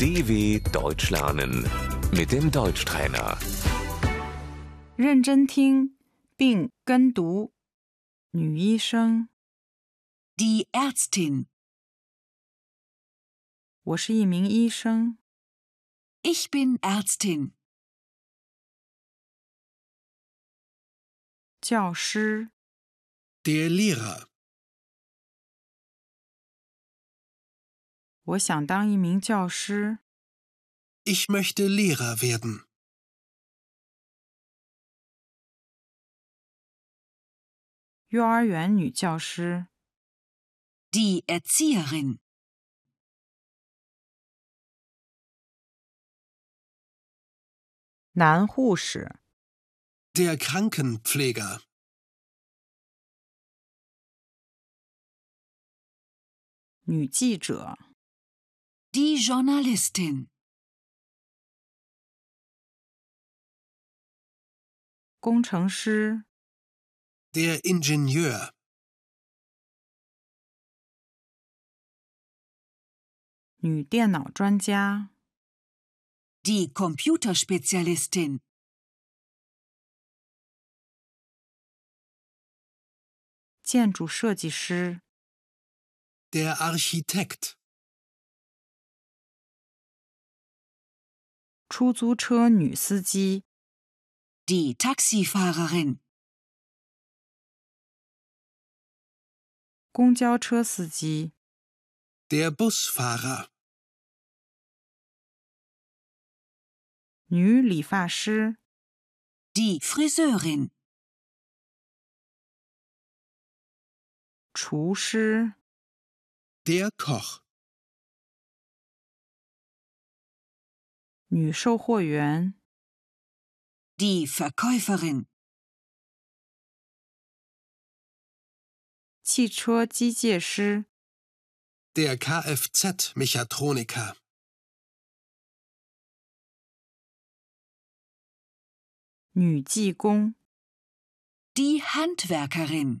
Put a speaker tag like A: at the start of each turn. A: DW Deutsch lernen mit dem Deutschtrainer.
B: 认真听并跟读。女医生，
C: Die Ärztin.
B: 我是一名医生。
C: Ich bin Ärztin.
B: 教师，
D: Der Lehrer.
B: 我想当一名教师。
D: Ich möchte Lehrer werden.
B: 幼儿园女教师，
C: Die Erzieherin.
B: 男护士，
D: Der Krankenpfleger.
B: 女记者，
C: Die Journalistin.
B: 工程师，
D: Der Ingenieur.
B: 女电脑专家，
C: Die Computerspezialistin.
B: 建筑设计师，
D: Der Architekt.
B: 出租车女司机，
C: Die Taxifahrerin.
B: 公交车司机，
D: Der Busfahrer.
B: 女理发师，
C: Die Friseurin.
B: 厨师，
D: Der Koch.
B: 女售货员，
C: Die Verkäuferin.
B: 汽车机械师，
D: Der Kfz-Mechatroniker.
B: 女技工，
C: Die Handwerkerin.